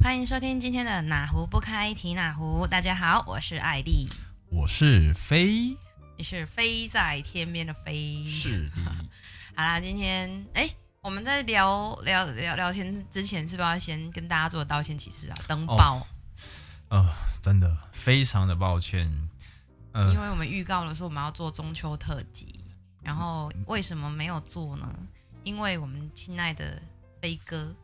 欢迎收听今天的哪壶不开提哪壶。大家好，我是艾丽，我是飞，你是飞在天边的飞。是的， 好啦，今天哎，我们在聊聊聊聊天之前，是不是要先跟大家做道歉启事啊？登报，呃，真的非常的抱歉，因呃，为我们预告了说我们要做中秋特辑，然后为什么没有做呢？因为我们亲爱的飞哥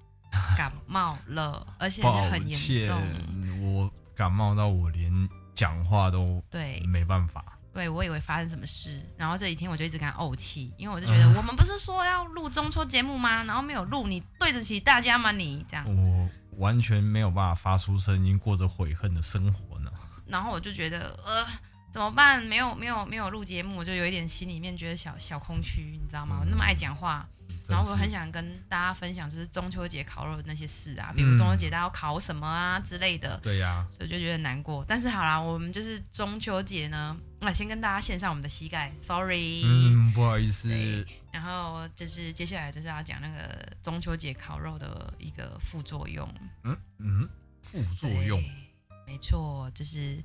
感冒了，而且是抱很严歉重。，我感冒到我连讲话都对，没办法，对，我以为发生什么事，然后这几天我就一直跟他怄气，因为我就觉得我们不是说要录中秋节目吗？然后没有录，你对得起大家吗？你这样，我完全没有办法发出声音，过着悔恨的生活呢。然后我就觉得呃怎么办？没有没有没有录节目，我就有一点心里面觉得小小空虚，你知道吗？我那么爱讲话，嗯然后我很想，想跟大家分享，就是中秋节烤肉的那些事啊，比如中秋节大家要烤什么啊之类的。对呀、所以就觉得难过，但是好啦，我们就是中秋节呢，那先跟大家献上我们的膝盖，sorry。嗯，不好意思，对然后就是接下来就是要讲那个中秋节烤肉的一个副作用。嗯嗯，副作用对，没错，就是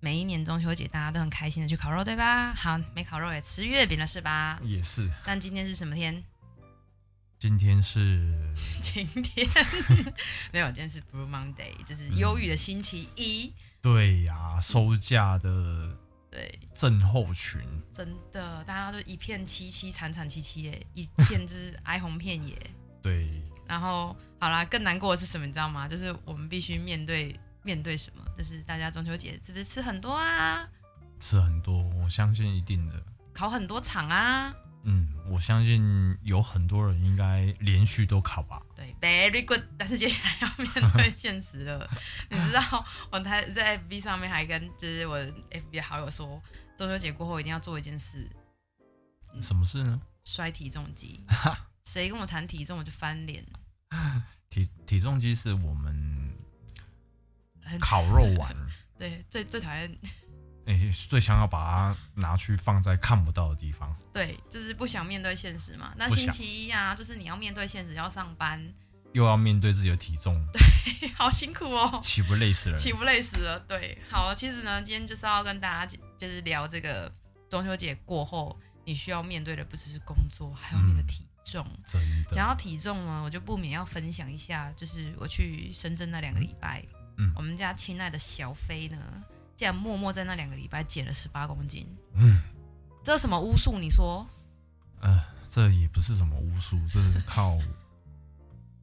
每一年中秋节大家都很开心的去烤肉，对吧？好，没烤肉也吃月饼了是吧？也是，但今天是什么天？ 今天是晴天。 没有，今天是 Blue Monday，就是嗯忧郁的星期一。对呀、收假的对，症候群，真的，大家都一片凄凄惨惨戚戚耶，一片之哀鸿遍野。对，然后好啦，更难过的是什么，你知道吗？就是我们必须面对面对什么，就是大家中秋节是不是吃很多啊，吃很多，我相信一定的。烤很多场啊？嗯，我相信有很多人应该连续都考吧。对，very good。但是接下来要面对现实了， 你知道，我还在 FB 上面还跟就是我的 FB 的好友说，中秋节过后一定要做一件事，嗯什么事呢？摔体重 机。谁跟我谈体重，我就翻脸。体体重机是我们很烤肉完，对，最最讨厌，哎、最想要把它拿去放在看不到的地方。对，就是不想面对现实嘛。那不星想期一啊，就是你要面对现实，要上班，又要面对自己的体重，好辛苦哦，岂不累死人？岂不累死了？对，好，其实呢，今天就是要跟大家就是聊这个中秋节过后你需要面对的不只是工作，还有你嗯的体重。真的。讲到体重呢，我就不免要分享一下，就是我去深圳那两个礼拜，嗯我们家亲爱的小飞呢，竟然默默在那两个礼拜减了十八公斤，嗯，这是什么巫术？你说？呃，这也不是什么巫术，这是靠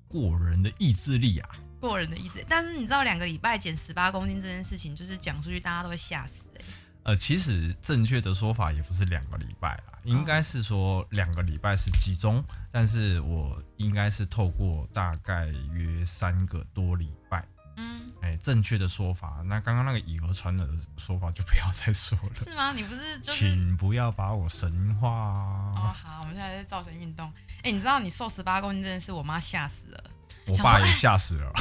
过人的意志力啊。过人的意志，但是你知道两个礼拜减十八公斤这件事情，就是讲出去大家都会吓死、欸、呃，其实正确的说法也不是两个礼拜啦，应哦该是说两个礼拜是集中，但是我应该是透过大概约三个多礼拜，嗯，哎、正确的说法，那刚刚那个以讹传讹的说法就不要再说了，是吗？你不是就是请不要把我神化哦，啊。好，我们现在在造神运动。哎、你知道你瘦十八公斤这件事，我妈吓死了。我想爸说也吓死 了，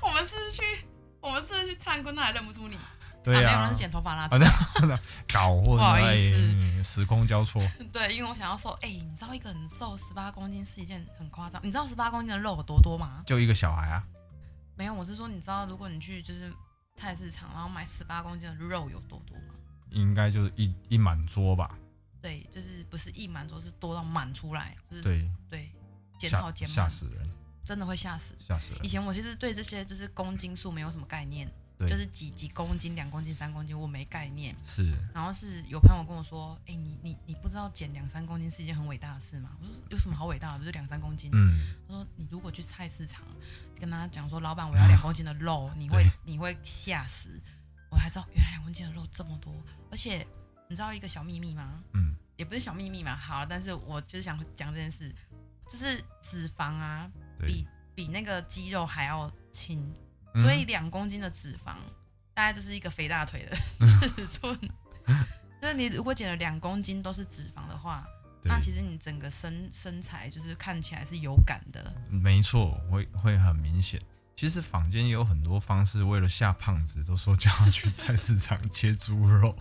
我们是不是去，我们是不是去参观，她还认不出你。对啊没有，呀、那是剪头发啦。啊搞混不好了，意思哎时空交错， 对，因为我想要瘦。哎、你知道一个人瘦十八公斤是一件很夸张。你知道十八公斤的肉有多多吗？就一个小孩啊，没有，我是说，你知道如果你去就是菜市场，然后买十八公斤的肉有多多吗？应该就是一一满桌吧，对，就是不是一满桌，是多到满出来，就是对，对，减吓到减吓满，死人，真的会吓死。吓死人以，前我其实对这些就是公斤数没有什么概念，对，就是几几公斤、两公斤、三公斤，我没概念。是然后是有朋友跟我说，哎、你你你不知道减两三公斤是一件很伟大的事吗？我说有什么好伟大的，不是两三公斤？嗯。他说你如果去菜市场跟他讲说，老板我要两公斤的肉，你会对你会吓死。我还知道原来两公斤的肉这么多，而且你知道一个小秘密吗？嗯，也不是小秘密嘛，好，但是我就是想讲这件事，就是脂肪啊，对比，比那个肌肉还要轻，嗯所以两公斤的脂肪大概就是一个肥大腿 的嗯尺寸。就是你如果减了两公斤都是脂肪的话，对那其实你整个身身材就是看起来是有感的。 没错，会会很明显。其实坊间也有很多方式，为了吓胖子，都说叫他去菜市 场切猪肉。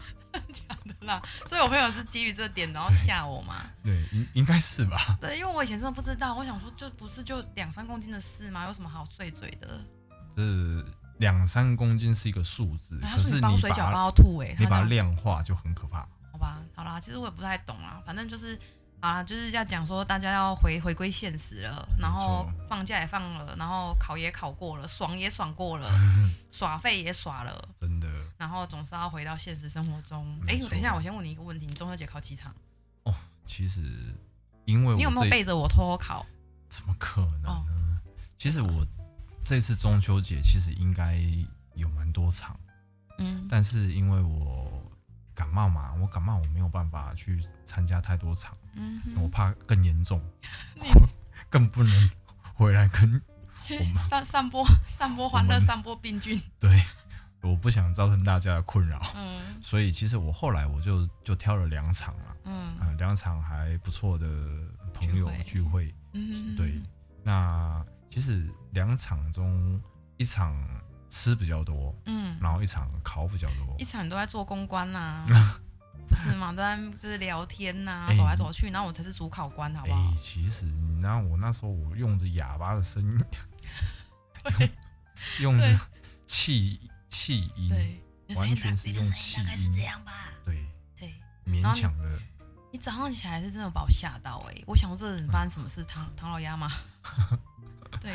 假的啦。所以我朋友是基于这点，然后对吓我嘛。对，应应该是吧？对，因为我以前真的不知道，我想说就不是就两三公斤的事吗？有什么好碎嘴的？这两三公斤是一个数字，然后可他说是帮你我水饺把帮它到吐哎、欸，你他把它这样量化就很可怕。好吧，好啦，其实我也不太懂啦，反正就是好啦，就是要讲说大家要回回归现实了，然后没放假也放了，然后考也考过了，爽也爽过 了，耍废也耍了，真的然后总是要回到现实生活中。没哎、错等一下，我先问你一个问题，你中秋节考几场？哦，其实因哎为我你有没哦有这背着我偷偷考？怎么可能呢？其实我这次中秋节其实应该有蛮多场，嗯，但是因为我感冒嘛，我感冒我没有办法去参加太多场，嗯我哼，怕更严重你， 更不能回来跟我去们 散散播散播欢我乐，们散播病菌。对，我不想造成大家的困扰， 嗯所以其实我后来我就就挑了两场啦，嗯啊、两场还不错的朋友聚聚会，嗯，对，那其实两场中一场吃比较多，嗯，然后一场烤比较多一，场都在做公关呐、 啊，不是嘛？都在就是聊天呐、哎走来走去，然后我才是主考官，好哎、不好？其实你知道我那时候我用着哑巴的声音， 对用对着气气音，对，你的声音完全是大用你的气声音大概是音这样吧？对，对，勉然后你强的，你早上起来是真的把我吓到哎、我想说这人发生什么事，唐唐老鸭 吗？对，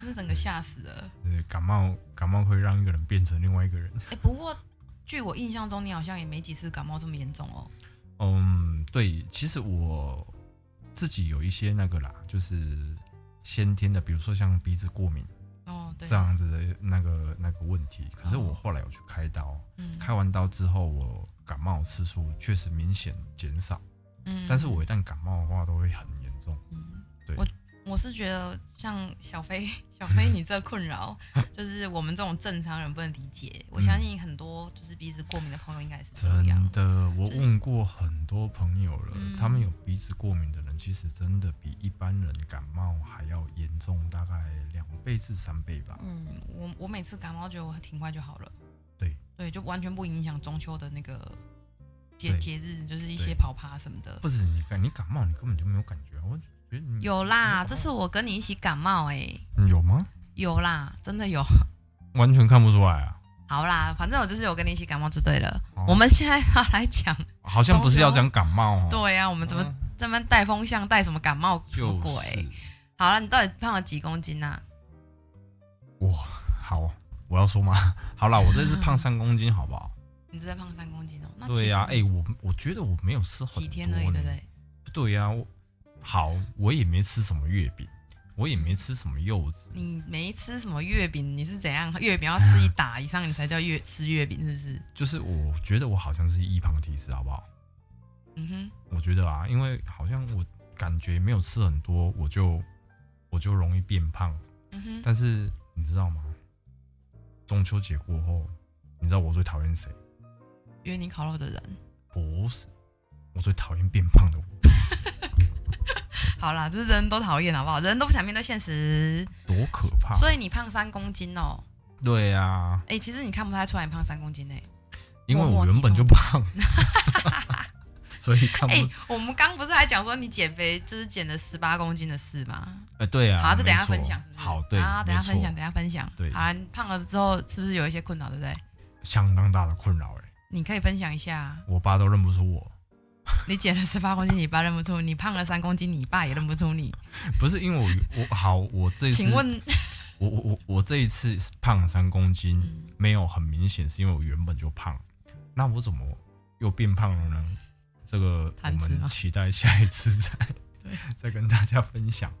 真的整个吓死了。呃，感冒感冒会让一个人变成另外一个人，哎、不过据我印象中，你好像也没几次感冒这么严重哦。嗯，对，其实我自己有一些那个啦，就是先天的，比如说像鼻子过敏。哦，对，这样子的那个那个问题。可是我哦后来有去开刀，嗯，开完刀之后，我感冒次数确实明显减少，嗯，但是我一旦感冒的话，都会很严重。嗯对我我是觉得像小飞，小飞你这困扰，就是我们这种正常人不能理解。我相信很多就是鼻子过敏的朋友应该也是这真样。的，我就是问过很多朋友了，嗯他们有鼻子过敏的人，其实真的比一般人感冒还要严重，大概两倍至三倍吧。嗯，我我每次感冒觉得我挺快就好了。对对，就完全不影响中秋的那个节对节日，就是一对些跑趴什么的。不止你感你感冒，你根本就没有感觉啊！我觉得你有啦，这次我跟你一起感冒哎、你有吗？有啦，真的有。完全看不出来啊！好啦，反正我就是有跟你一起感冒就对了。哦我们现在要来讲，好像不是要中秋讲感冒哦。对呀、啊，我们怎么嗯这边带风向带什么感冒什么哎就鬼？是好了，你到底胖了几公斤啊？哇，好，我要说吗？ 好啦，我这次胖三公斤，好不好？你只在胖三公斤哦、 那其实对呀、哎、我我觉得我没有吃很多几天而已，对不呢对？对呀、我好，我也没吃什么月饼，我也没吃什么柚子，你没吃什么月饼，你是怎样？月饼要吃一打以上，你才叫月吃月饼，是不是？就是我觉得我好像是易胖体质，好不好？嗯我觉得啊，因为好像我感觉没有吃很多，我就我就容易变胖。哼，嗯哼，但是你知道吗？中秋节过后，你知道我最讨厌谁？约你烤肉的人。不是，我最讨厌变胖的我。好啦，这人都讨厌，好不好？人都不想面对现实，多可怕！所以你胖三公斤哦、对啊，哎、其实你看不太出来你胖三公斤呢、欸因为默我默地原本就胖， 所以看不哎、我们刚不是还讲说你减肥就是减了十八公斤的事吗？呃对啊，好，这等一下没错分享是不是？好，对，啊，等一下没错分享，等一下分享。对好啊，你胖了之后是不是有一些困扰，对不对？相当大的困扰哎，你可以分享一下，我爸都认不出我，你减了十八公斤，你爸认不出；你胖了三公斤，你爸也认不出你。不是因为我我好，我这一次，请问，我我我我这一次胖三公斤，嗯没有很明显是因为我原本就胖，那我怎么又变胖了呢？这个我贪吃们吗期待下一次再对 再跟大家分享。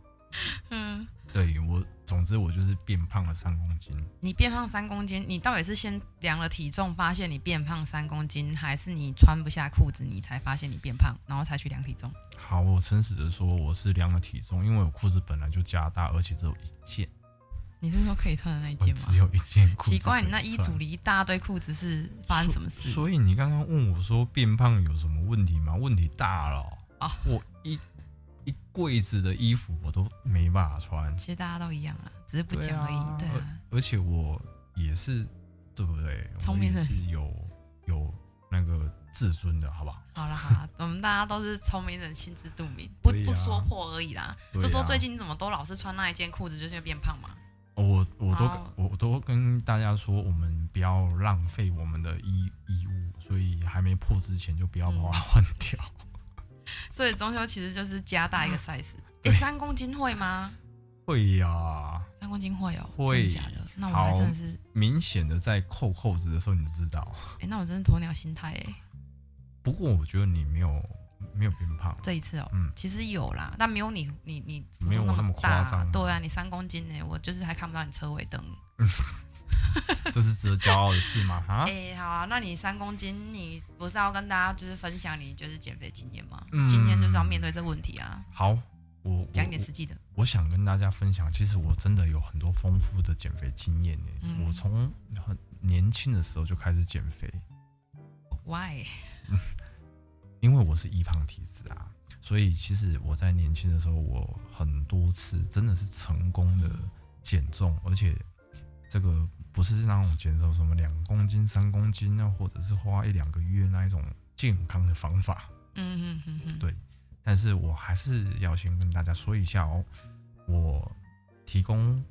嗯，对我，总之我就是变胖了三公斤。你变胖三公斤，你到底是先量了体重发现你变胖三公斤，还是你穿不下裤子你才发现你变胖，然后才去量体重？好，我诚实的说，我是量了体重，因为我裤子本来就加大，而且只有一件，你是说可以穿的那一我件只吗？有一件裤子可奇以穿。怪，你那衣橱里一大堆裤子是发生什么事？所以你刚刚问我说变胖有什么问题吗？问题大了哦、哦我一一柜子的衣服我都没办法穿，其实大家都一样啊，只是不对讲而已。对啊，而而且我也是，对不对？聪明我人也是有有那个自尊的，好不好？好啦好啦，我们大家都是聪明人，心知肚明，不对呀啊不说破而已啦。对呀就啊说最近你怎么都老是穿那一件裤子，就是因为变胖嘛。我我都好我我都跟大家说，我们不要浪费我们的衣衣物，所以还没破之前就不要把它嗯换掉。所以中秋其实就是加大一个 size。诶，对三公斤会吗？会呀、三公斤会哦，会真的假的？那我还好真的是，明显的在扣扣子的时候你就知道。诶，那我真是鸵鸟心态诶，不过我觉得你没有没有变胖，这一次哦， 嗯其实有啦，但没有你你你幅度没有我那那么大夸张对啊，你三公斤呢，我就是还看不到你车尾灯。这是值得骄傲的事吗？哈哎、，好啊，那你三公斤，你不是要跟大家就是分享你就是减肥经验吗？嗯今天就是要面对这问题啊，好，我我讲一点实际的。我想跟大家分享，其实我真的有很多丰富的减肥经验呢。嗯我从很年轻的时候就开始减肥， Why？因为我是易胖体质啊，所以其实我在年轻的时候，我很多次真的是成功的嗯减重，而且这个不是那种减重什么两公斤、三公斤啊，或者是花一两个月那一种健康的方法。嗯嗯嗯嗯，对但是我还是要先跟大家说一下哦，我提供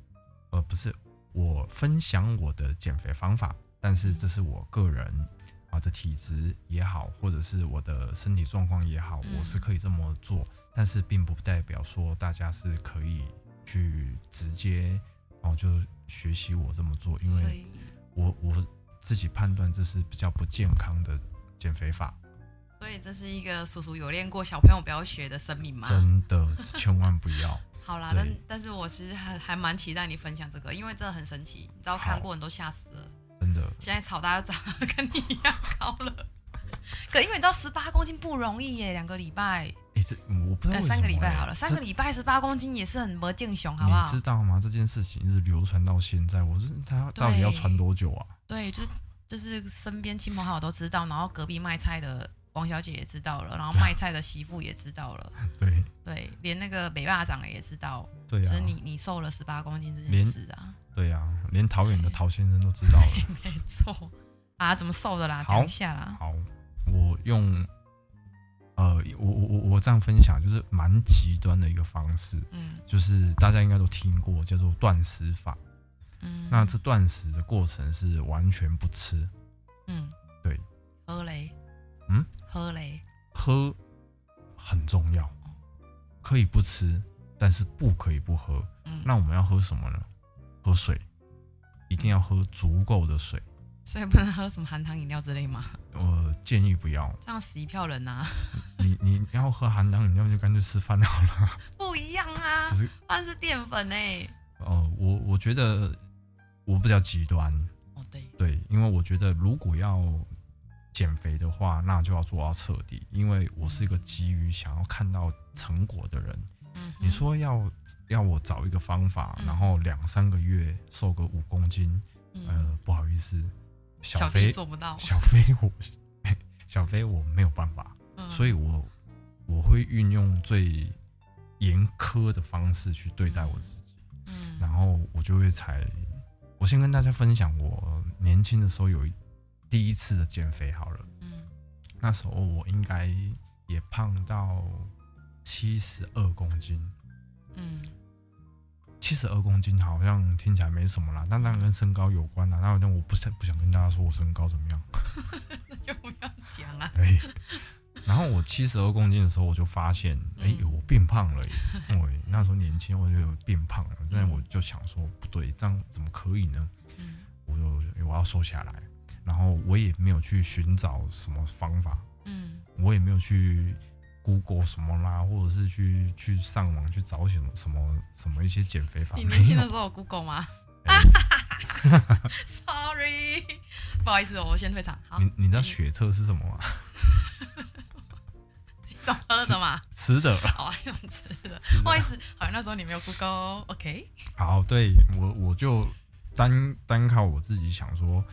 呃不是我分享我的减肥方法，但嗯是这是我个人啊的体质也好，或者是我的身体状况也好，嗯我是可以这么做，但是并不代表说大家是可以去直接哦就学习我这么做，因所为以我我自己判断这是比较不健康的减肥法。所以这是一个叔叔有练过小朋友不要学的生命吗？真的千万不要。好啦，对但但是我其实还还蛮期待你分享这个，因为真的很神奇，你知道好看过人都吓死了，真的，现在吵大家长得跟你一样高了。 可因为你到十八公斤不容易耶，两个礼拜，哎、这我不知道、呃，为三个礼拜好了，三个礼礼拜十八公斤也是很没敬雄，好不你好知？道吗？这件事情一直流传到现在，我是他到底要传多久啊？对，就是就是身边亲朋好友都知道，然后隔壁卖菜的王小姐也知道了，然后啊卖菜的媳妇也知道了，对对，连那个北霸长也知道，对就是啊，你你瘦了十八公斤这件连事啊，对啊，连桃园的陶先生都知道了。 没错啊，怎么瘦的啦？好讲一下啦，好，我用呃，我我我我这样分享就是蛮极端的一个方式，嗯就是大家应该都听过叫做断食法。嗯，那这断食的过程是完全不吃、嗯对，喝嘞，嗯，喝嘞，喝，很重要，可以不吃，但是不可以不喝。嗯，那我们要喝什么呢？喝水，一定要喝足够的水。所以不能喝什么含糖饮料之类嘛，我建议不要，这样死一票人呐、啊你你要喝含糖饮料就干脆吃饭好了。 不一样啊不，是，饭是淀粉哎、呃，我我觉得我比较极端，哦对，对，因为我觉得如果要减肥的话，那就要做到彻底，因为我是一个急于想要看到成果的人。嗯哼，你说要要我找一个方法，嗯然后两三个月瘦个五公斤，嗯，呃，不好意思，小小肥弟做不到，小飞我 小飞我没有办法，嗯所以我我会运用最严苛的方式去对待我自己，嗯然后我就会采。我先跟大家分享我年轻的时候有一第一次的减肥好了，嗯那时候我应该也胖到七十二公斤，嗯 七十二公斤好像听起来没什么啦，但那跟身高有关啦。那但我不想不想跟大家说我身高怎么样，就不要讲啊。哎，然后我七十二公斤的时候，我就发现，哎、嗯我变胖 了耶。我那时候年轻，我就有变胖了。但嗯我就想说，不对，这样怎么可以呢？嗯我就哎我要瘦下来。然后我也没有去寻找什么方法，嗯我也没有去 Google 什么啦，或者是去去上网去找什么什么什么一些减肥法。你年轻的啊没有时候有 Google 吗哎 ？Sorry，不好意思哦，我先退场。好，你你知道雪特是什么吗？ 怎么喝的嘛？吃的，好，还用吃的。吃不好意的。思，好，那时候你没有哦 Google，OK？、好，对我我就单单靠我自己想说，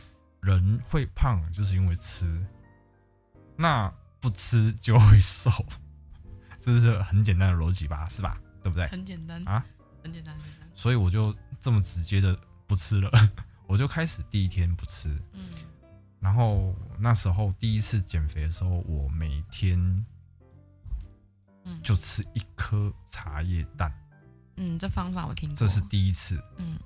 人会胖就是因为吃，那不吃就会瘦，这是很简单的逻辑吧，是吧？对不对？很简单啊，很简单，很简单。所以我就这么直接的不吃了， 我就开始第一天不吃，嗯然后那时候第一次减肥的时候，我每天嗯，就吃一颗茶叶蛋，嗯，这方法我听过。这是第一次嗯，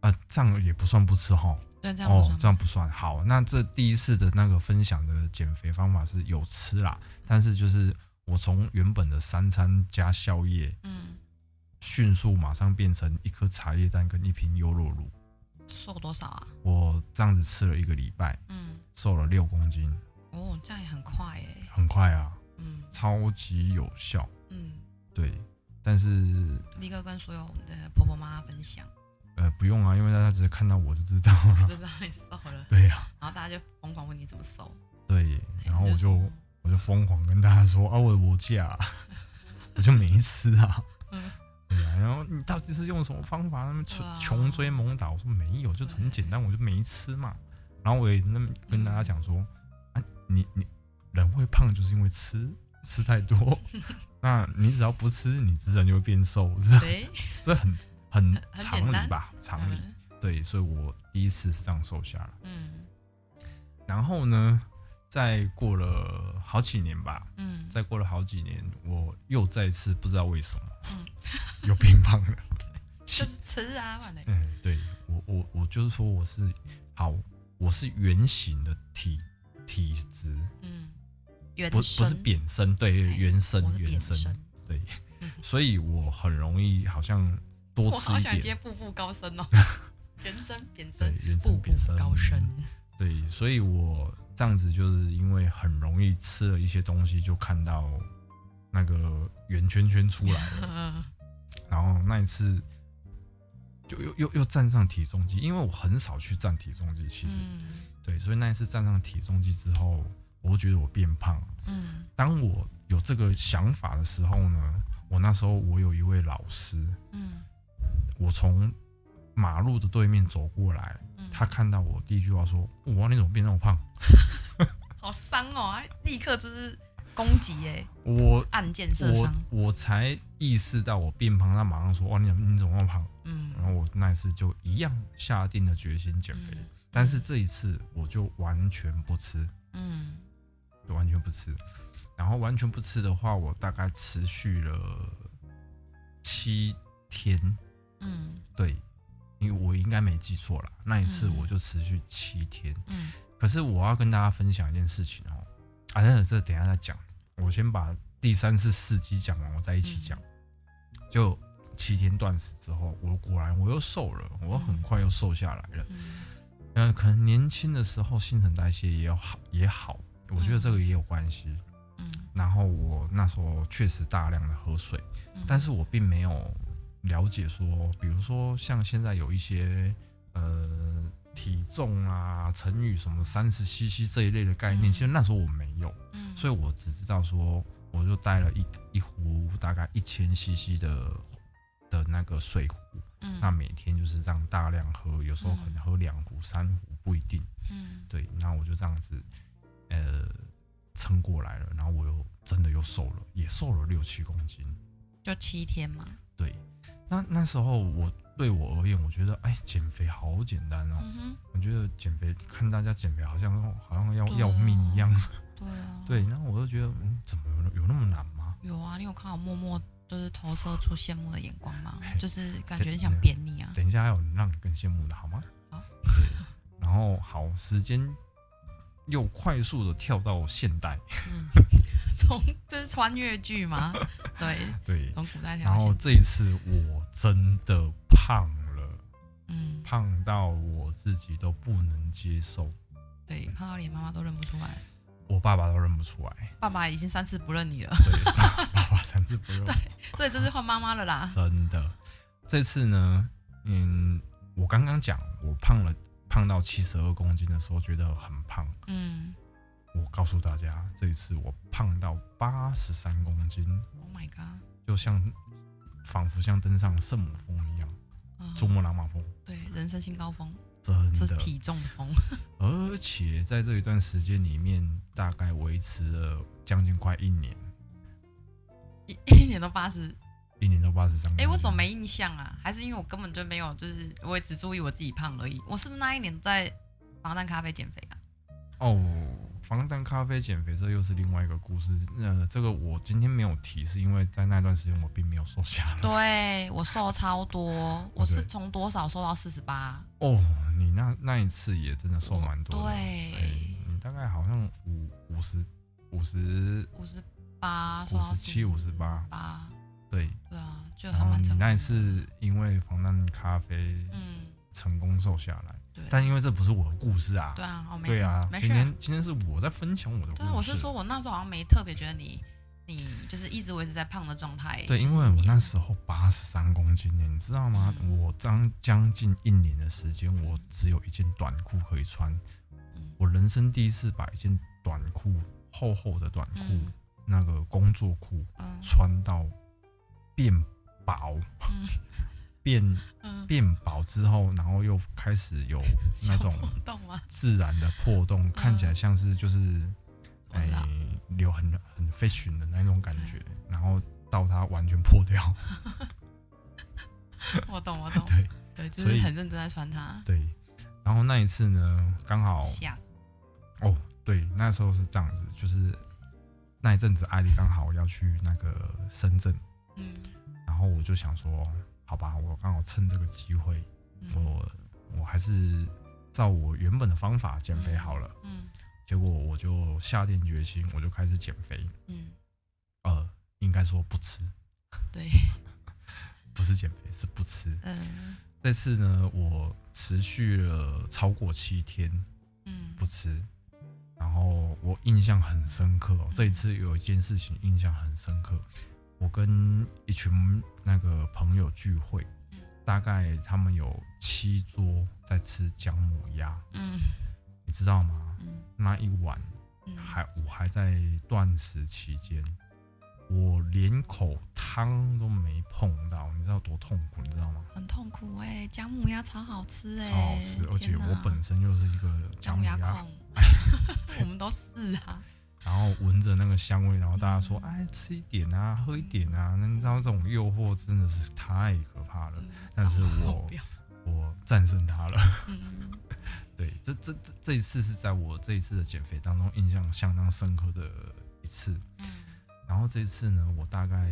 啊、这样也不算不吃哈。对，这样不哦算，这样不算。好，那这第一次的那个分享的减肥方法是有吃啦，但是就是我从原本的三餐加宵夜，嗯，迅速马上变成一颗茶叶蛋跟一瓶优酪乳。瘦多少啊？我这样子吃了一个礼拜，嗯，瘦了六公斤，哦，这样也很快哎。很快啊， 嗯超级有效。嗯，对，但是立刻跟所有我们的婆婆妈妈分享，呃不用啊，因为大家只是看到我就知道我了。 就知道你瘦了，对呀、然后大家就疯狂问你怎么瘦。对，然后我就你我就疯狂跟大家说啊，我的我假、我就没吃啊。嗯对啊，然后你到底是用什么方法？那么对啊穷穷追猛打？我说没有，就很简单，我就没吃嘛。然后我也那么跟大家讲说，啊，你你人会胖就是因为吃吃 太多，那你只要不吃，你自然就会变瘦，这 对，这很很很常简理单吧？常理。嗯对，所以我第一次是这样瘦下来。嗯然后呢，再过了好几年吧，嗯，再过了好几年，我又再次不知道为什么，嗯又变胖 了。就是吃啊，反正嗯，对我我我就是说我是好，我是圆形的体体质，嗯，原不不是生扁身，对哎原身我是原扁身，身，对嗯，所以我很容易好像多我吃好想一接点，步步高升 哦，原生扁对身，原步身步扁身高升，对，所以我这样子就是因为很容易吃了一些东西，就看到那个圆圈圈出来了，然后那一次就又又又站上体重机，因为我很少去站体重机，其实、嗯对，所以那一次站上体重机之后，我会觉得我变胖。嗯当我有这个想法的时候呢，我那时候我有一位老师，嗯我从马路的对面走过来，嗯，他看到我第一句话说：“哇，你怎么变那么胖好伤哦，他立刻就是攻击哎，？”我暗箭射我伤，我才意识到我变胖，他马上说：“哇，你你怎么那么胖？”嗯然后我那一次就一样下定了决心减肥，嗯但是这一次我就完全不吃，嗯就完全不吃。然后完全不吃的话，我大概持续了七天，嗯对，因为我应该没记错啦，那一次嗯我就持续七天。嗯可是我要跟大家分享一件事情哦，啊，真的这等一下再讲，我先把第三次四机讲完，我再一起讲。就七天断食之后，我果然我又瘦了，我很快又瘦下来了。嗯嗯、可能年轻的时候新陈代谢也有好也好，我觉得这个也有关系。嗯，然后我那时候确实大量的喝水，嗯但是我并没有了解说，比如说像现在有一些呃体重啊、乘以什么三十 CC 这一类的概念，嗯其实那时候我没有，嗯所以我只知道说，我就带了一一壶大概一千 CC 的的那个水壶，嗯那每天就是这样大量喝，有时候可能喝两壶、三壶不一定。嗯对，那我就这样子，呃，撑过来了，然后我又真的又瘦了，也瘦了六七公斤。就七天嘛，对，那那时候我对我而言，我觉得哎，减肥好简单哦。嗯我觉得减肥，看大家减肥好像好像要、对啊要命一样。哼，对啊， 对，然后我就觉得，嗯，怎么有那有那么难吗？有啊，你有看我默默就是投射出羡慕的眼光 吗？就是感觉很想对扁你啊。等一下还有让你更羡慕的好吗？好对。然后好，时间又快速的跳到现代，嗯， 从这是穿越剧 吗？对，对。从古代然挑后选。这一次我真的胖了，嗯，胖到我自己都不能接受，对，胖到连妈妈都认不出来，我爸爸都认不出来。爸爸已经三次不认你了， 对，爸爸三次不认我。所以这次换妈妈了啦。真的。这次呢，嗯，我刚刚讲我胖了，胖到七十二公斤的时候，觉得很胖。嗯我告诉大家，这一次我胖到八十三公斤， ，Oh my god，就像仿佛像登上圣母峰一样，啊珠穆朗玛峰，对，人生新高峰，真这是的。体重峰。 而且在这一段时间里面，大概维持了将近快一年，一一年都八十，一年到八十三。哎，我怎么没印象啊？还是因为我根本就没有，就是我也只注意我自己胖而已。我是不是那一年在防弹咖啡减肥啊？哦，防弹咖啡减肥这又是另外一个故事。呃，这个我今天没有提，是因为在那段时间我并没有瘦下来。对我瘦超多，我是从多少瘦到四十八，哦，你那那一次也真的瘦蛮多的。对哎你大概好像五五十五十五十八，哎瘦到57 58八，对，对啊，就然还后蛮你成功的。嗯那一次因为防弹咖啡嗯，成功瘦下来，对，但因为这不是我的故事啊。对啊，哦，没对事，啊，没今事啊。天今天是我在分享我的故事。对啊，我是说，我那时候好像没特别觉得你，你就是一直维持在胖的状态。对，就是因为我你那时候八十三公斤呢，你知道吗？嗯我将将近一年的时间，我只有一件短裤可以穿嗯。我人生第一次把一件短裤，厚厚的短裤，嗯那个工作裤嗯穿到变薄，嗯变嗯，变薄之后，然后又开始有那 种小嗯波动吗？自然的破洞，看起来像是就是我哎、知道流很很 fashion 的那种感嗯觉，然后到它完全破掉。。我懂，我懂 对对，就所是以很认真在穿它，对，然后那一次呢，刚好吓死。哦，对，那时候是这样子，就是那一阵子艾丽刚好要去那个深圳，嗯，然后我就想说，好吧，我刚好趁这个机会，嗯我我还是照我原本的方法减肥好了。嗯结果我就下定决心，我就开始减肥。嗯，呃，应该说不吃，对，不是减肥，是不吃。嗯这次呢，我持续了超过七天嗯不吃，然后我印象很深刻、嗯哦。这一次有一件事情印象很深刻，我跟一群那个朋友聚会嗯，大概他们有七桌在吃姜母鸭，嗯你知道吗？嗯那一碗嗯，还我还在断食期间，我连口汤都没碰到，你知道多痛苦，你知道吗？很痛苦哎，姜母鸭超好吃哎，超好吃，而且天哪我本身又是一个姜姜母母鸭鸭，控， 我们都是啊。然后闻着那个香味，然后大家说：“嗯哎，吃一点啊，喝一点啊。”那你知道这种诱惑真的是太可怕了，嗯但是少了我不要我战胜它了。 嗯对，这这这这一次是在我这一次的减肥当中印象相当深刻的一次。嗯然后这次呢，我大概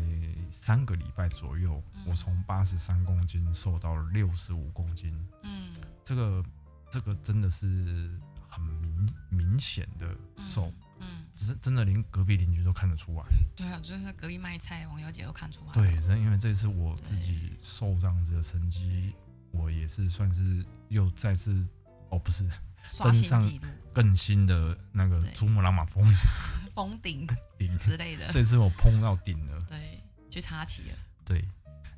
三个礼拜左右，嗯我从八十三公斤瘦到了六十五公斤，嗯，这个这个真的是很明明显的嗯瘦，，嗯，只是真的连隔壁邻居都看得出来。对啊，就是隔壁卖菜网友姐都看出来了，对，真的因为这次我自己瘦这样子的成绩，我也是算是又再次哦，不是刷新登上记录、更新的那个对珠穆朗玛峰封顶顶，之类 的，这次我碰到顶了。对，去插旗了。对，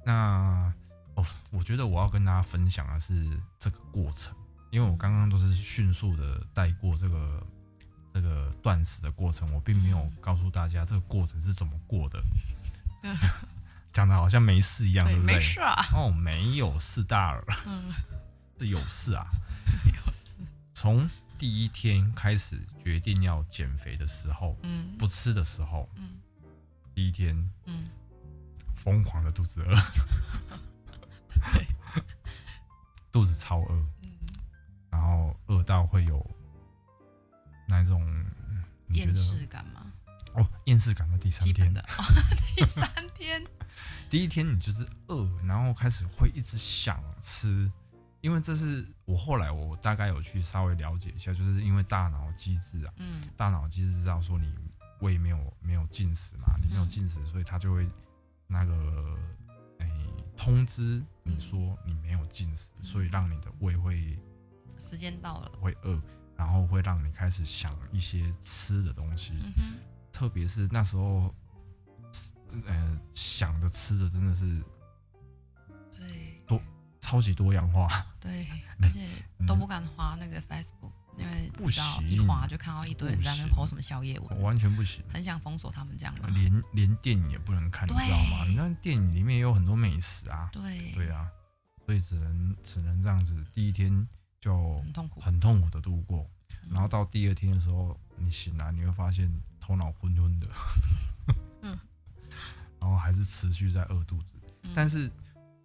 那哦，我觉得我要跟大家分享的是这个过程，因为我刚刚都是迅速的带过这个这个断食的过程，我并没有嗯告诉大家这个过程是怎么过的嗯， 讲的好像没事一样，对不对没？事 啊，哦，没有事大了，嗯，是有事啊。没有事，从第一天开始决定要减肥的时候，嗯，不吃的时候，嗯第一天嗯，疯狂的肚子饿，对，肚子超饿，嗯，然后饿到会有那种嗯你觉厌得世感嘛，哦厌世感的第三基本天的，。哦 第三天， 第一天你就是饿，然后开始会一直想吃，因为这是我后来我大概有去稍微了解一下，就是因为大脑机制啊，嗯大脑机制知道说你胃没有没有进食嘛，你没有嗯进食，所以它就会那个哎、通知你说你没有进食，嗯所以让你的胃会时间到了，会饿，然后会让你开始想一些吃的东西，嗯哼，特别是那时候，呃，想的吃的真的是嗯对超级多样 化，对，而且嗯都不敢滑那个 Facebook，因为不你知道行一滑就看到一堆人在那边不行 po 什么宵夜文，完全不行，很想封锁他们这样嘛，连连电影也不能看，你对知道吗？你那电影里面也有很多美食啊，对对啊，所以只能只能这样子，第一天就很痛苦，很痛苦的度过，嗯然后到第二天的时候，你醒来你会发现头脑昏昏的，嗯，然然后还是持续在饿肚子。嗯但是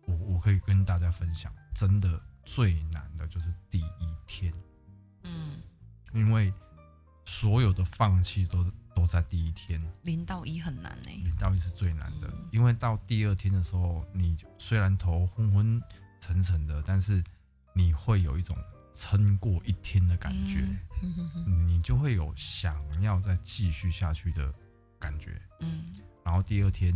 我我可以跟大家分享，真的最难的就是第一天，嗯，因为所有的放弃都都在第一天，零到一很难欸呢、领到一是最难的嗯，因为到第二天的时候，你虽然头昏昏沉沉的，但是你会有一种撑过一天的感觉，嗯你就会有想要再继续下去的感觉。嗯，然后第二天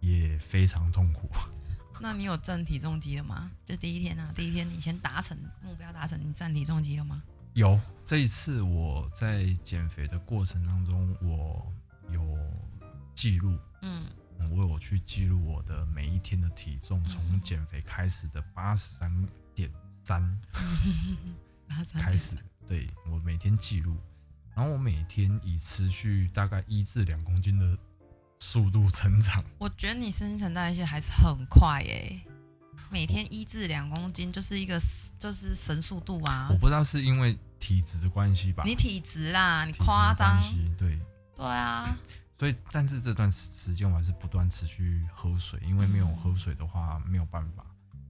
也非常痛苦， 那你有站体重机了吗？就第一天啊，第一天你先达成目标，达成你站体重机了吗？有这一次我在减肥的过程当中，我有记录，嗯嗯我有去记录我的每一天的体重，从嗯减肥开始的八十三点三达成 开始，对我每天记录，然后我每天以持续大概一至两公斤的速度成长，我觉得你新陈代谢还是很快耶、每天一至两公斤就是一个就是神速度啊我。不知道是因为体质的关系吧，你体质啦，你体质的夸张关，系对，对啊，所以但是这段时时间我还是不断持续喝水，因为没有喝水的话没有办法，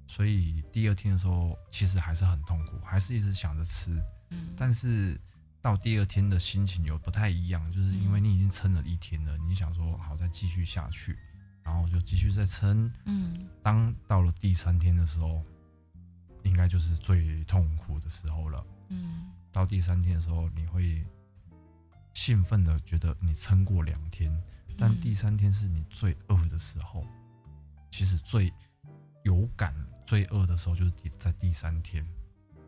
所以第二天的时候其实还是很痛苦，还是一直想着吃，嗯，但是到第二天的心情又不太一样，就是因为你已经撑了一天了，你想说好再继续下去，然后就继续再撑。嗯当到了第三天的时候，应该就是最痛苦的时候了。嗯到第三天的时候，你会兴奋的觉得你撑过两天，但第三天是你最饿的时候。其实最有感、最饿的时候就是第在第三天。嗯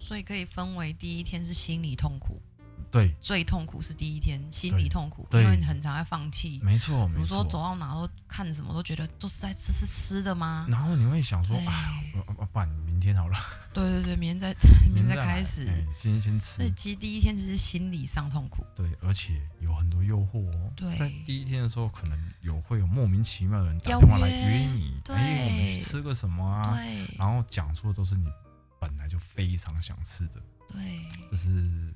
所以可以分为第一天是心理痛苦，对，最痛苦是第一天心对理痛苦，因对为你很常在放弃，没错，比没如说错。走到哪都看什么都觉得都是在吃吃吃的吗？然后你会想说哎啊，嗯我我不然明天好了，对对对，明天再明天再开始。来哎今天先所以吃。其实第一天只是心理上痛苦，对，而且有很多诱惑哦。对在第一天的时候，可能有会有莫名其妙的人打邀电话来约约你，对哎，我们去吃个什么啊？对然后讲出的都是你本来就非常想吃的，对，这是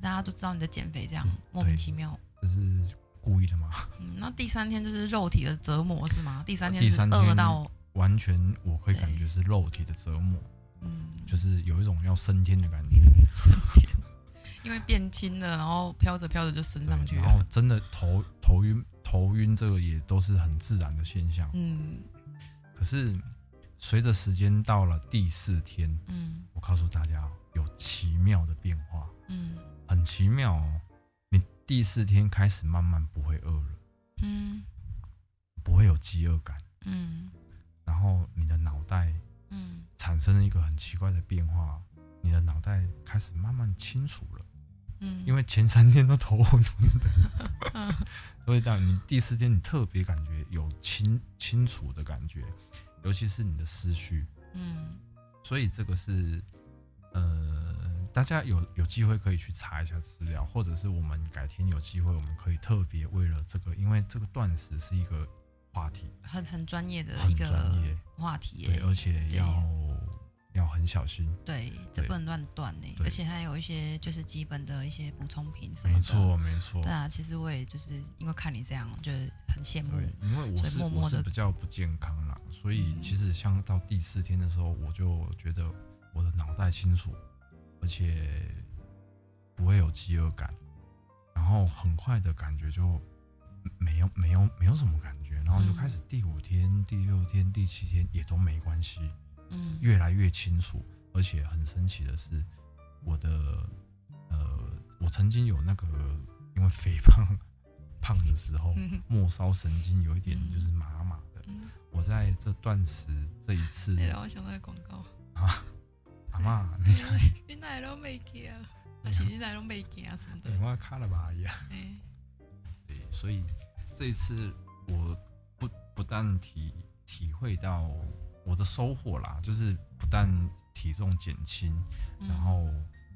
大家都知道你在减肥这样就是莫名其妙。这是故意的吗？嗯，那第三天就是肉体的折磨是吗？第三啊第天是三饿天到完全我会感对觉是肉体的折磨，嗯，就是有一种要升天的感觉。三天， 因为变轻了，然后飘着飘着就升上去对然后了。真的头头晕头晕，这个也都是很自然的现象。嗯可是随着时间到了第四天，嗯我告诉大家哦有奇妙的变化，嗯很奇妙哦。你第四天开始慢慢不会饿了，嗯不会有饥饿感，嗯然后你的脑袋嗯，产生了一个很奇怪的变化，你的脑袋开始慢慢清楚了。嗯，因为为前三天都头昏昏的，所以当你第四天你特别感觉有清清楚的感觉，尤其是你的思绪，嗯所以这个是呃，大家有有机会可以去查一下资料，或者是我们改天有机会我们可以特别为了这个，因为这个断食是一个话题，很很专业的很一专个业，话题耶、对，而且对要要很小心，对，这对不能乱断呢。对而且它有一些就是基本的一些补充品什么的。没错，没错对。啊，其实我也就是因为看你这样，就是很羡慕对。，因为我所以是默默我是地比较不健康啦，所以嗯其实像到第四天的时候，我就觉得我的脑袋清楚，而且不会有饥饿感，然后很快的感觉就没有没有没有什么感觉，然后就嗯开始第五天、第六天、第七天也都没关系，嗯，越来越清楚，而且很神奇的是，我的呃，我曾经有那个因为肥胖胖的时候。嗯末梢神经有一点就是麻麻的。嗯，我在这断食这一次，你哎让我想到广告，阿妈，你你奶都没给啊，哎而且你奶都没给啊什么的你。妈看了吧也。哎，对，所以这一次我不不但体体会到我的收获啦，就是不但体重减轻，嗯然后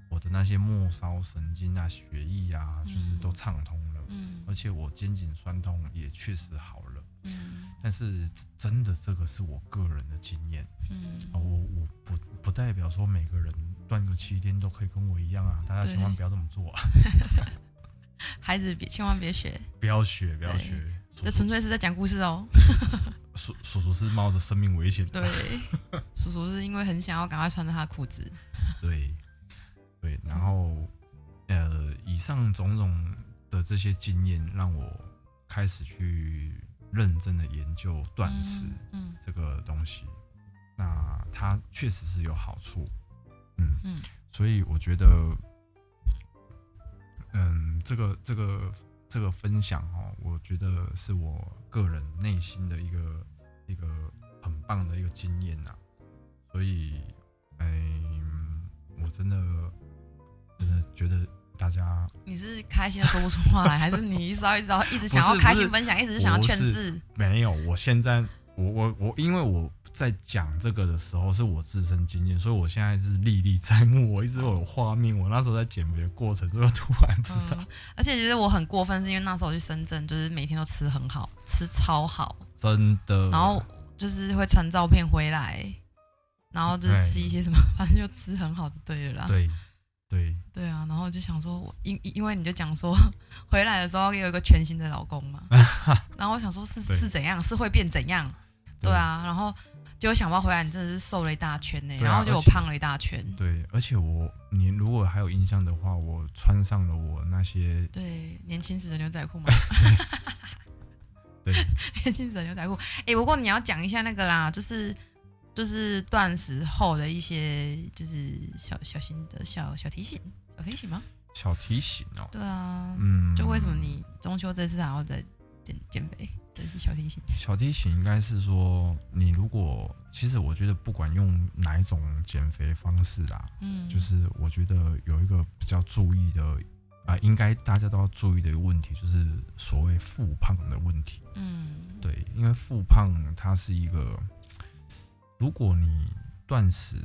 我的那些末梢神经啊、血液啊，就是都畅通了，嗯而且我肩颈酸痛也确实好了。嗯但是真的，这个是我个人的经验。啊，嗯，我我不不代表说每个人断个七天都可以跟我一样啊，大家对千万不要这么做啊！ 孩子别千万别学，不要学，不要对学，这纯粹是在讲故事哦。叔叔叔是冒着生命危险的，对， 叔叔是因为很想要赶快穿着他的裤子。 对对，然后呃，以上种种的这些经验，让我开始去认真的研究断食嗯这个东西。那它确实是有好处，嗯，嗯所以我觉得，嗯，这个这个这个分享哦，我觉得是我个人内心的一个一个很棒的一个经验呐、所以，哎嗯，我真的真的觉得大家你是开心的说不出话来，还是你一直要一直要一直想要不是开心分享，一直想要劝不世？没有，我现在我我我，因为我在讲这个的时候是我自身经验，所以我现在是历历在目，我一直有画面。我那时候在减肥的过程，所以我突然不知道、嗯，而且其实我很过分，是因为那时候我去深圳，就是每天都吃很好，吃超好，真的，然后就是会传照片回来，然后就是吃一些什么， 反正就吃很好就对了啦。对对对啊，然后我就想说，我因因因为你就讲说回来的时候有一个全新的老公 嘛，然后我想说是对是怎样，是会变怎样？对啊，然后结果想不到回来你真的是瘦了一大圈呢、对啊然后就我而且胖了一大圈。对，而且我你如果还有印象的话，我穿上了我那些对，年轻时的牛仔裤嘛，对 年轻时的牛仔裤。哎、不过你要讲一下那个啦，就是就是断食后的一些就是小小心的小小提醒，小提醒吗？小提醒哦，对啊，嗯，就为什么你中秋这次还要再减减肥，这是小提醒。小提醒应该是说，你如果其实我觉得不管用哪一种减肥方式啊，嗯，就是我觉得有一个比较注意的啊、应该大家都要注意的一个问题，就是所谓复胖的问题。嗯，对，因为复胖它是一个，如果你断食，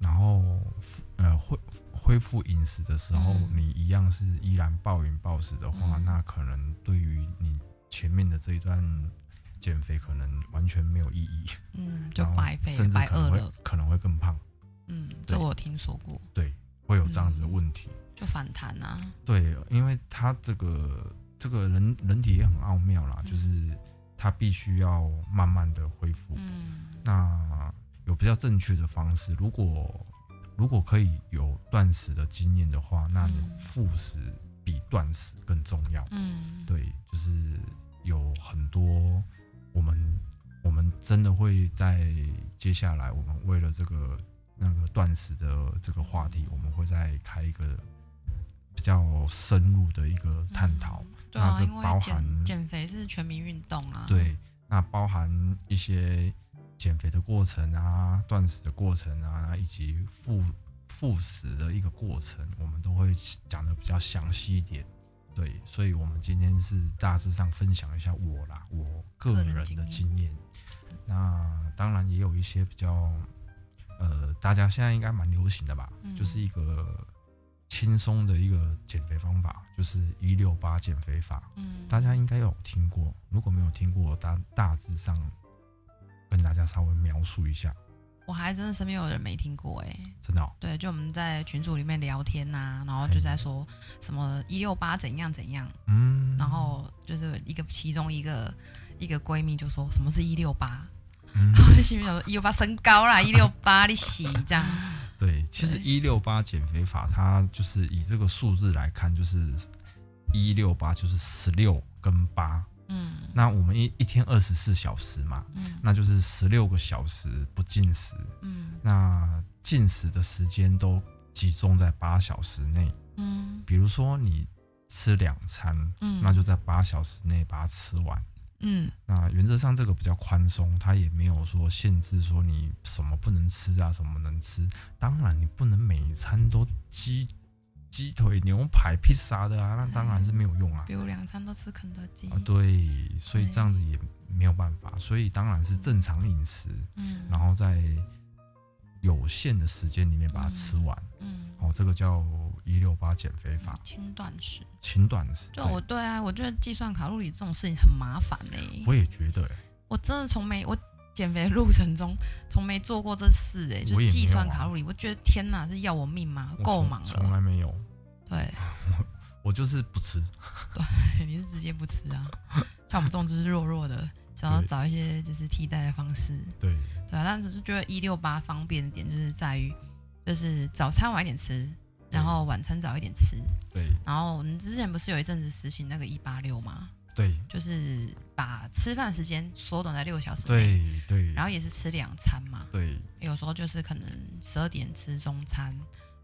然后复呃恢恢复饮食的时候，嗯你一样是依然暴饮暴食的话，嗯那可能对于你前面的这一段减肥可能完全没有意义，嗯，就然后白费甚至白可饿能会了。可能会更胖，嗯，对这我有听说过，对，会有这样子的嗯问题。就反弹啊。对，因为他这个这个人人体也很奥妙啦，嗯就是他必须要慢慢的恢复。嗯那有比较正确的方式，如果如果可以有断食的经验的话，那你嗯复食比断食更重要。嗯，对，就是有很多我们我们真的会在接下来，我们为了这个那个断食的这个话题，我们会再开一个比较深入的一个探讨。对啊，那这因为包含减减肥是全民运动啊。对，那包含一些减肥的过程啊、断食的过程啊，以及复复食的一个过程，我们都会讲的比较详细一点。对，所以我们今天是大致上分享一下我啦，我个个人人的经经验。那当然也有一些比较，呃，大家现在应该蛮流行的吧，就是嗯一个轻松的一个减肥方法，就是一六八减肥法。嗯，大家应该有听过，如果没有听过，大大致上跟大家稍微描述一下，我还真的身边有人没听过哎、真的、哦，对，就我们在群组里面聊天呐、然后就在说什么一六八怎样怎样，嗯，然后就是一个其中一个一个闺蜜就说什么是一六八，嗯，我就心里想说一六八身高啦，一六八你洗这样，对，其实对一六八减肥法，它就是以这个数字来看，就是一六八就是十六跟八，嗯那我们一一天二十四小时嘛，嗯那就是十六个小时不进食，嗯那进食的时间都集中在八小时内，嗯比如说你吃两餐，嗯，那就在八小时内把它吃完。嗯那原则上这个比较宽松，它也没有说限制说你什么不能吃啊，什么能吃。当然你不能每一餐都鸡鸡腿、牛排、披萨的啊，那当然是没有用啊。比如两餐都吃肯德基，啊，对，所以对这样子也没有办法，所以当然是正常饮食，嗯，然后在有限的时间里面把它吃完。嗯，哦，这个叫一六八减肥法，轻断食。轻断食。就对我对啊，我觉得计算卡路里这种事情很麻烦哎、我也觉得、欸，我真的从没我减肥路程中从没做过这事哎、就我也是没计算有啊卡路里，我觉得天哪，是要我命吗？我够从忙从了，来没有，对， 我就是不吃。你是直接不吃啊，像我们这种就是弱弱 的，想要对找一些就是替代的方式。对，对啊，但只是觉得一六八方便的点就是在于，就是早餐晚一点吃，然后晚餐早一点吃。对，然后我们之前不是有一阵子实行那个一八六吗？对，就是把吃饭时间缩短在六小时内，对，对，然后也是吃两餐嘛。对，有时候就是可能十二点吃中餐，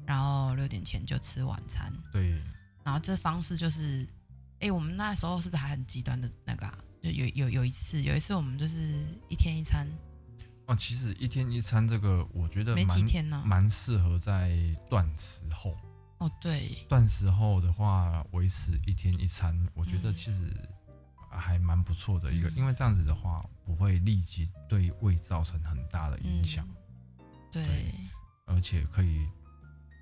然后六点前就吃晚餐。对，然后这方式就是，哎、我们那时候是不是还很极端的那个啊？就有有有一次，有一次我们就是一天一餐，哦，其实一天一餐这个，我觉得没蛮几天啊呢、蛮适合在断食后。哦，对，断食后的话，维持一天一餐，我觉得嗯其实还蛮不错的一个，嗯因为这样子的话，不会立即对胃造成很大的影嗯响，对，对而且可以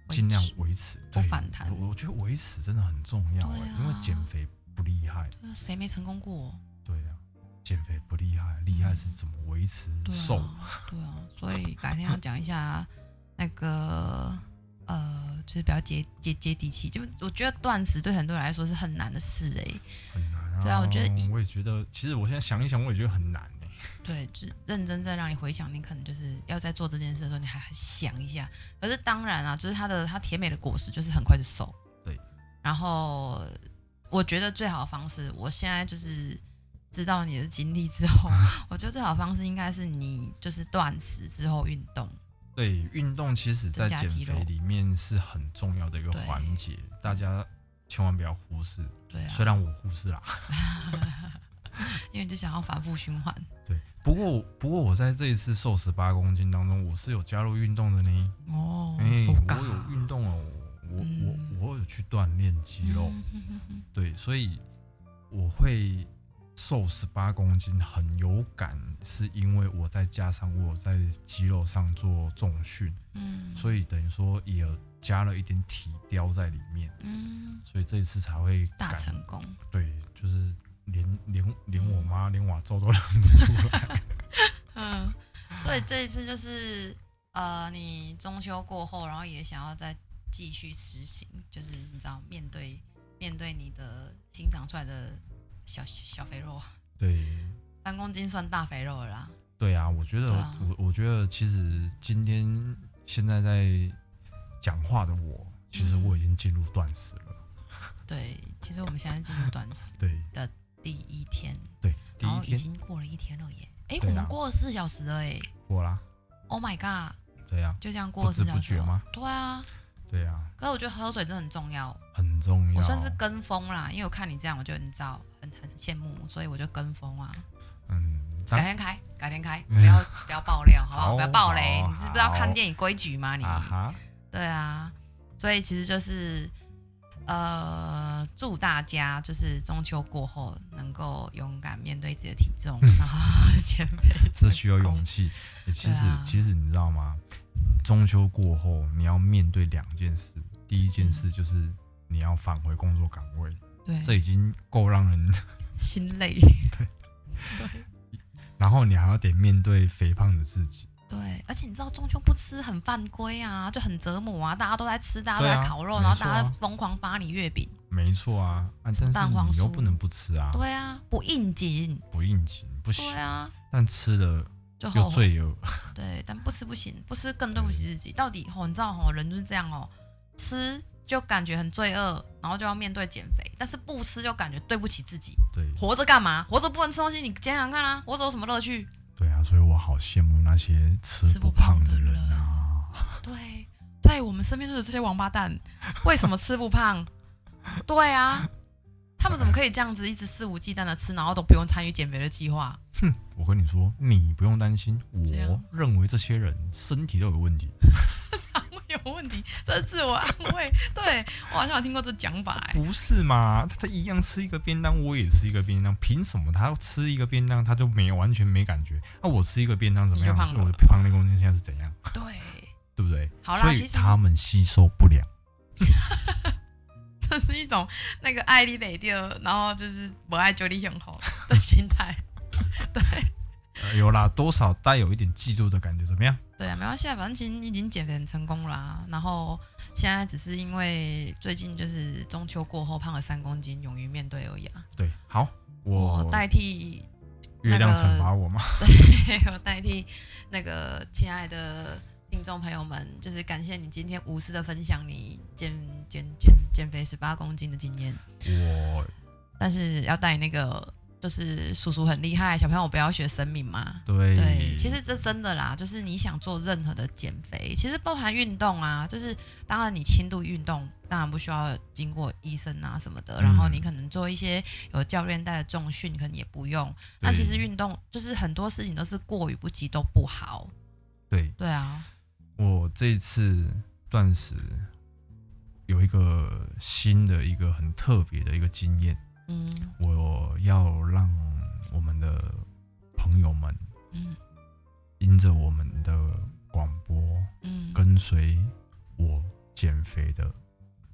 尽量维持。不对反弹我我觉得维持真的很重要、对欸，啊因为减肥不厉害。对啊谁没成功过？对啊，减肥不厉害，厉害是怎么维持对啊，瘦。对啊，所以改天要讲一下那个呃，就是比较接接接地气，就我觉得断食对很多人来说是很难的事哎、很难啊。对啊我觉得一我也觉得，其实我现在想一想，我也觉得很难哎、对，就是认真再让你回想，你可能就是要在做这件事的时候，你还想一下。可是当然啊，就是它的它甜美的果实就是很快就熟。对。然后我觉得最好的方式，我现在就是知道你的经历之后，我觉得最好的方式应该是你就是断食之后运动。对，运动其实在增加减肌肥肉里面是很重要的一个对环节，大家千万不要忽视。对啊，虽然我忽视啦，因为你就想要反复循环。对，不过不过我在这一次瘦十八公斤当中，我是有加入运动的呢。哦哎、手我感有运动哦，我嗯我我有去锻炼肌肉，嗯哼哼哼对，所以我会瘦十八公斤很有感，是因为我再加上我有在肌肉上做重训，嗯，所以以等于说也有加了一点体雕在里面，嗯，所以这一次才会大感成功。对，就是连连连我妈连我周都认不出来。嗯，所以这一次就是呃，你中秋过后，然后也想要再继续实行，就是你知道面对面对你的新长出来的小小肥肉，对三公斤算大肥肉了啦。对啊，我觉得、对啊我我觉得其实今天现在在讲话的我，其实我已经进入断食了。对，其实我们现在进入断食对第一天，对，第嗯然一后已天经过了一天了耶。哎、对我啊们过了四小时了哎过啦， ，Oh my god！对呀、啊，就这样过不了知四不小时觉了吗？对啊，对呀、可是我觉得喝水真的很重要。很重要。我哦算是跟风啦，因为我看你这样，我就你知道很很羡慕，所以我就跟风啊。嗯，当改天开，改天 开，嗯不要不要爆料，好不好？好不要爆雷，好你是不知道好看电影规矩吗？你、啊哈，对啊，所以其实就是呃，祝大家就是中秋过后能够勇敢面对自己的体 重，然后减肥成这功，需要勇气。欸其实、对啊其实你知道吗？中秋过后，你要面对两件事。第一件事就是你要返回工作岗位，这嗯对，已经够让人， 心累， 对对然后你还要得面对肥胖的自己。对，而且你知道中秋不吃很犯规啊，就很折磨啊，大家都在吃，大家都对啊在烤肉，没然后大家错啊疯狂发你月饼，没错啊，啊，但蛋黄是你又酥不能不吃啊，对啊，不应景，不应景不行对。啊，但吃了就又后悔。罪恶，对，但不吃不行，不吃更对不起自己。到底吼，你知道吼，人就是这样哦，吃就感觉很罪恶，然后就要面对减肥，但是不吃就感觉对不起自己，对活着干嘛？活着不能吃东西，你想想看啊，活着有什么乐趣？对啊，所以我好羡慕那些吃吃不不胖胖的的人人啊。对，对我们身边就是这些王八蛋，为什么吃不胖？对啊，他们怎么可以这样子一直肆无忌惮的吃，然后都不用参与减肥的计划？ 我跟你说，你不用担心，怎我样认为这些人身体都有问题。我有问题，这是自我安慰。对我好像有听过这讲法、欸，不是嘛？他一样吃一个便当，我也吃一个便当，凭什么他吃一个便当他就没完全没感觉？那、我吃一个便当怎么样？你就所以胖我了的胖那公斤现在是怎样？对。对不对？好啦所其以实他们吸收不了。这是一种那个爱你北掉，然后就是不爱就你很好的心态。 对呃有啦，多少带有一点嫉妒的感觉，怎么样？对啊，没关系啊，反正其实你已经减肥很成功啦、啊然后现在只是因为最近就是中秋过后胖了三公斤，勇于面对而已啊。对，好，我我代替月亮那个惩罚我吗？对，我代替那个亲爱的听众朋友们，就是感谢你今天无私的分享你减减减减肥十八公斤的经验，我但是要带那个就是叔叔很厉害，小朋友不要学生命嘛。对对，其实这真的啦，就是你想做任何的减肥，其实包含运动啊，就是当然你轻度运动当然不需要经过医生啊什么的，嗯然后你可能做一些有教练带的重训，可能也不用。那对其实运动就是很多事情都是过与不及都不好。对对啊，我这一次断食有一个新的一个很特别的一个经验，嗯我要让我们的朋友们嗯因着我们的广播嗯，跟随我减肥的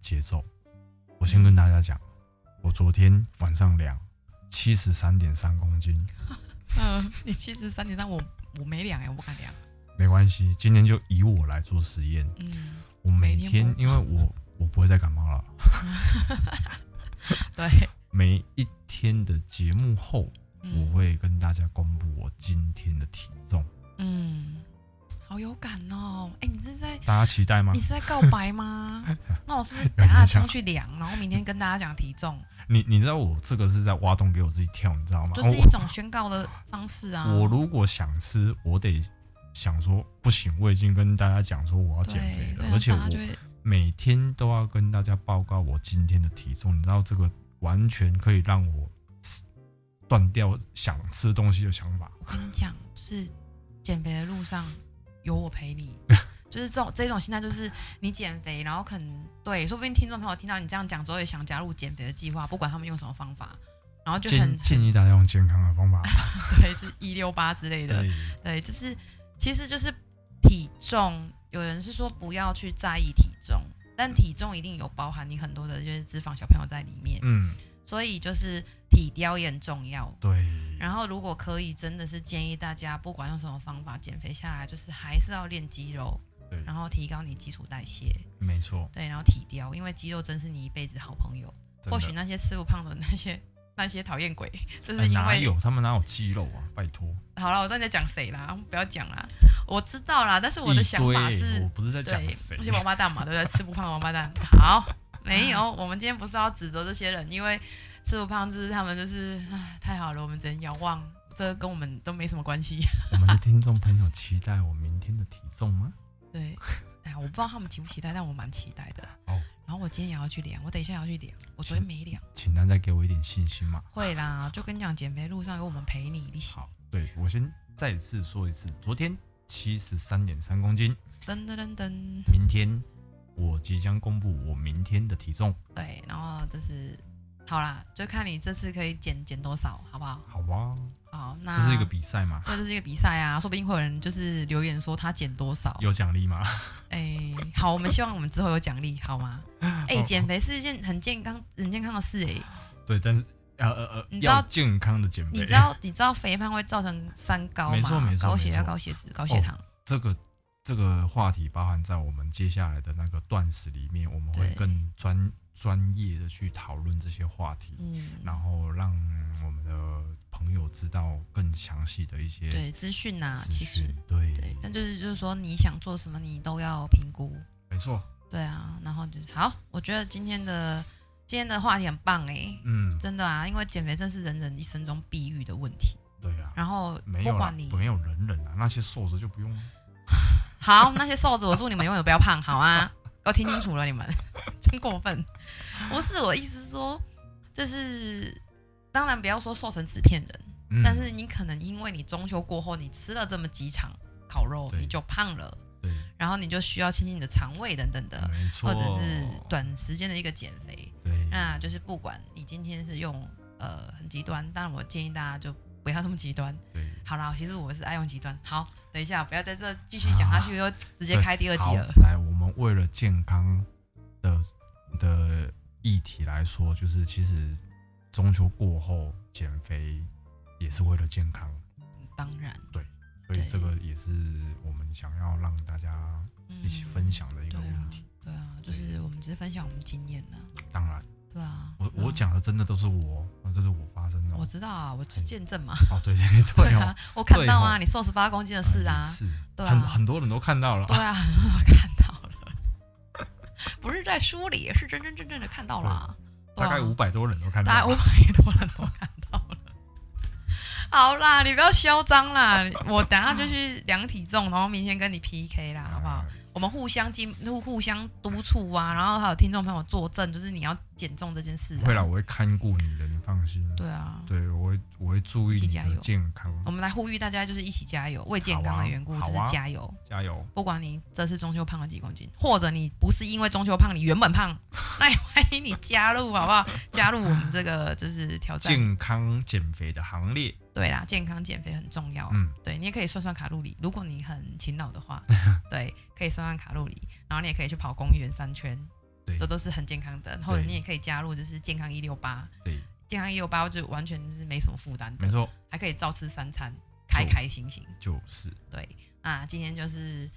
节奏。我先跟大家讲，我昨天晚上量七十三点三公斤，嗯，你其实三点三我我没量哎、我不敢量。没关系，今天就以我来做实验。嗯，我每每天，天因为我我不会再感冒了，对，每一天的节目后，我嗯会跟大家公布我今天的体重，嗯，好有感哦、哎、你这是在大家期待吗你？是在告白 吗？那我是不是等下冲去量，然后明天跟大家讲体 重，你你知道我这个是在挖洞给我自己跳，你知道吗？就是一我种宣告的方式啊。啊我如果想吃，我得想说不行，我已经跟大家讲说我要对减肥对啊了，而且大家就我会每天都要跟大家报告我今天的体重，你知道这个完全可以让我断掉想吃东西的想法。我跟你讲，就是减肥的路上有我陪 你，就是这种这种心态，就是你减肥，然后可能对，说不定听众朋友听到你这样讲之后，也想加入减肥的计划，不管他们用什么方法，然后就建很建议大家用健康的方法。很对，就是一六八之类的，对，对，就是其实就是体重，有人是说不要去在意体重，但体重一定有包含你很多的就是脂肪小朋友在里面，嗯，所以就是体雕也很重要。对，然后如果可以，真的是建议大家不管用什么方法减肥下来，就是还是要练肌肉对，然后提高你基础代谢，没错，对，然后体雕，因为肌肉真是你一辈子好朋友。真的或许那些吃不胖的那些 那些讨厌鬼，就是哎因哪为有他们哪有肌肉啊？拜托，好了，我知道你在讲谁啦，不要讲啦。我知道啦，但是我的一想法堆是我，不是在讲对谁，那些王八蛋嘛，对不对？吃不胖的王八蛋。好，没有， 我们今天不是要指责这些人，因为吃不胖就是他们就是，唉太好了，我们只能遥望，这跟我们都没什么关系。我们的听众朋友期待我明天的体重吗？对，哎呀，我不知道他们期不期待，但我蛮期待的。哦然后我今天也要去量，我等一下也要去量，我昨天没量。请大家给我一点信心嘛。会啦，就跟你讲，减肥路上有我们陪你一起。好，对我先再次说一次，昨天七十三点三公斤，噔噔噔噔，明天我即将公布我明天的体重，对，然后就是。好啦，就看你这次可以减减多少，好不好？好吧？好，那这是一个比赛嘛，对，这是一个比赛啊，说不定会有人就是留言说他减多少。有奖励吗？哎、好，我们希望我们之后有奖励，好吗？哎、哦减肥是一件很健康、很健康的事、哎， 对，但是呃呃呃，你知道要健康的减肥，你知道你知道肥胖会造成三高吗？没错没错高血压、没错哦高血脂、高血糖。这个这个话题包含在我们接下来的那个断食里面，我们会对更专专业的去讨论这些话题，嗯，然后让我们的朋友知道更详细的一些对，资讯呐，资其实讯。对，对，但就是就是说你想做什么，你都要评估。没错，对啊，然后就是好，我觉得今天的今天的话题很棒哎、嗯，真的啊，因为减肥真是人人一生中必遇的问题。对啊，然后没不有啦管你，没有人人啊，那些瘦子就不用。好，那些瘦子，我祝你们永远不要胖，好吗？给我听清楚了， 你们真过分。不是我意思是说，就是当然不要说瘦成纸片人，嗯但是你可能因为你中秋过后，你吃了这么几场烤肉，对你就胖了，对，然后你就需要清清你的肠胃等等的，没错，呃或者是短时间的一个减肥，对，那就是不管你今天是用呃很极端，但我建议大家就不要这么极端。对，好啦，其实我是爱用极端。好，等一下，不要在这继续讲下去，又直接开第二好集了。来，我们为了健康的的议题来说，就是其实中秋过后减肥也是为了健康，当然，所以对这个也是我们想要让大家嗯一起分享的一对个啊问题。，对啊，就是我们只是分享我们经验呐、当然，对啊。我那我，讲的真的都是我，这是我发生哦我。知道啊，我去见证嘛。哦，对对对啊哦，，我看到对啊，哦你瘦十八公斤的事啊啊也，是对啊很很多人都看到 了。对啊，我看到了， 不是在书里，是真真正正的看到了啊，对大啊概五百多人都看到大概五了。百多人都看到了。 好啦，你不要嚣张啦！我等下就去量体重，然后明天跟你 PK 啦，好不好啊？我们互相进互互相督促啊，然后还有听众朋友作证，就是你要减重这件事、不会啦，啊。我会看顾你的，你放心。对哦啊，对，我会我会注意一你起加的油健康，我们来呼吁大家，就是一起加油，为健康的缘故，好啊就是好啊加油。加油！不管你这次中秋胖了几公斤，或者你不是因为中秋胖，你原本胖， 那也欢迎你加入，好不 好？加入我们这个就是挑战。健康减肥的行列，对啦，健康减肥很重要。啊嗯，对你也可以算算卡路里，如果你很勤劳的 话，对，可以算算卡路里，然后你也可以去跑公园三圈对，这都是很健康的。或者对你也可以加入就是健康一六八，对，健康一六八就完全是没什么负担没的，错，还可以照吃三餐，开开心心。就是对，那今天就是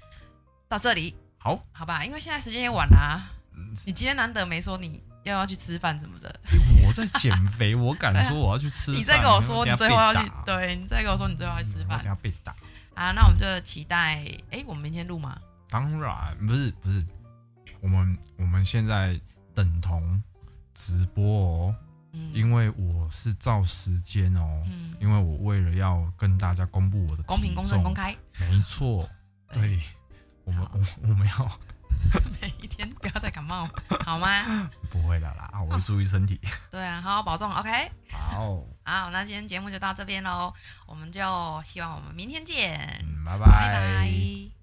到这里，好。好吧？因为现在时间也晚啦、嗯你今天难得没说你要要去吃饭什么的，我在减肥，我 敢说我要去吃饭。啊你再跟我说等你下最后要被去打，嗯对你再跟我说你最后要去吃我等饭下被打。啊，那我们就期待，哎、我们明天录吗？当然不是不是，我们我们现在等同直播哦，嗯因为我是照时间哦，嗯，因为我为了要跟大家公布我的公平、体公正、重公，开，没错，对，我们好我我们要 每一天不要再感冒，好吗？不会了啦，啊我会注意身体。对啊，好好保重，OK。好，好，那今天节目就到这边喽，我们就希望我们明天见，嗯，拜拜拜拜